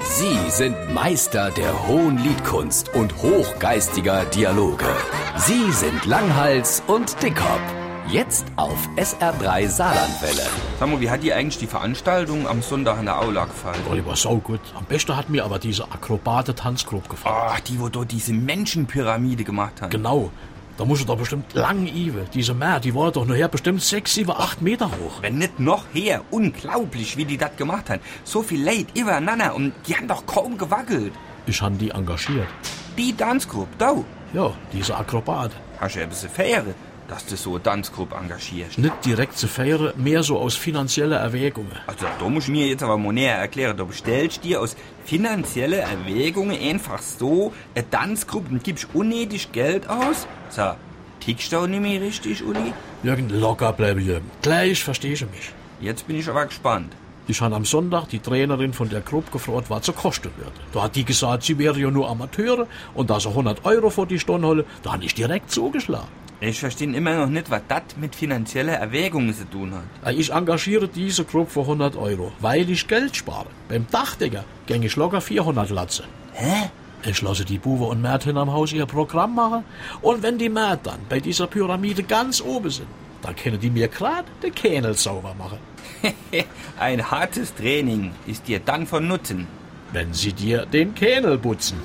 Sie sind Meister der hohen Liedkunst und hochgeistiger Dialoge. Sie sind Langhals und Dickhop. Jetzt auf SR3 Saarlandwelle. Sag mal, wie hat dir eigentlich die Veranstaltung am Sonntag in der Aula gefallen? Oh, die war saugut. Am besten hat mir aber diese akrobate Tanzgruppe gefallen. Ach, Ah, die, wo dort diese Menschenpyramide gemacht haben. Genau. Da muss er doch bestimmt lang Iwe. Diese Mär, die war doch nachher bestimmt sechs, sieben, acht Meter hoch. Wenn nicht noch her. Unglaublich, wie die das gemacht haben. So viel Leid übereinander und die haben doch kaum gewackelt. Ich habe die engagiert. Die Tanzgruppe, da. Ja, diese Akrobat. Hast du ja ein bisschen Fähre, dass du so eine Tanzgruppe engagierst. Nicht direkt zu feiern, mehr so aus finanzieller Erwägungen. Also, da muss ich mir jetzt aber mal näher erklären. Du bestellst dir aus finanziellen Erwägungen einfach so eine Tanzgruppe und gibst unnötig Geld aus? So, tickst du auch nicht mehr richtig, Uli? Jürgen, locker bleibe, Jürgen. Gleich verstehst du mich. Jetzt bin ich aber gespannt. Ich habe am Sonntag die Trainerin von der Gruppe gefragt, was sie kosten würde. Da hat die gesagt, sie wäre ja nur Amateure und dass sie 100 Euro vor die Stunde holen. Da habe ich direkt zugeschlagen. Ich verstehe immer noch nicht, was das mit finanzieller Erwägungen zu tun hat. Äh, Ich engagiere diese Gruppe für 100 Euro, weil ich Geld spare. Beim Dachdecker gänge ich locker 400 Latze. Hä? Ich lasse die Buwe und Mert hinterm Haus ihr Programm machen. Und wenn die Mert dann bei dieser Pyramide ganz oben sind, dann können die mir grad den Kähnel sauber machen. Ein hartes Training ist dir dann von Nutzen. Wenn sie dir den Kähnel putzen.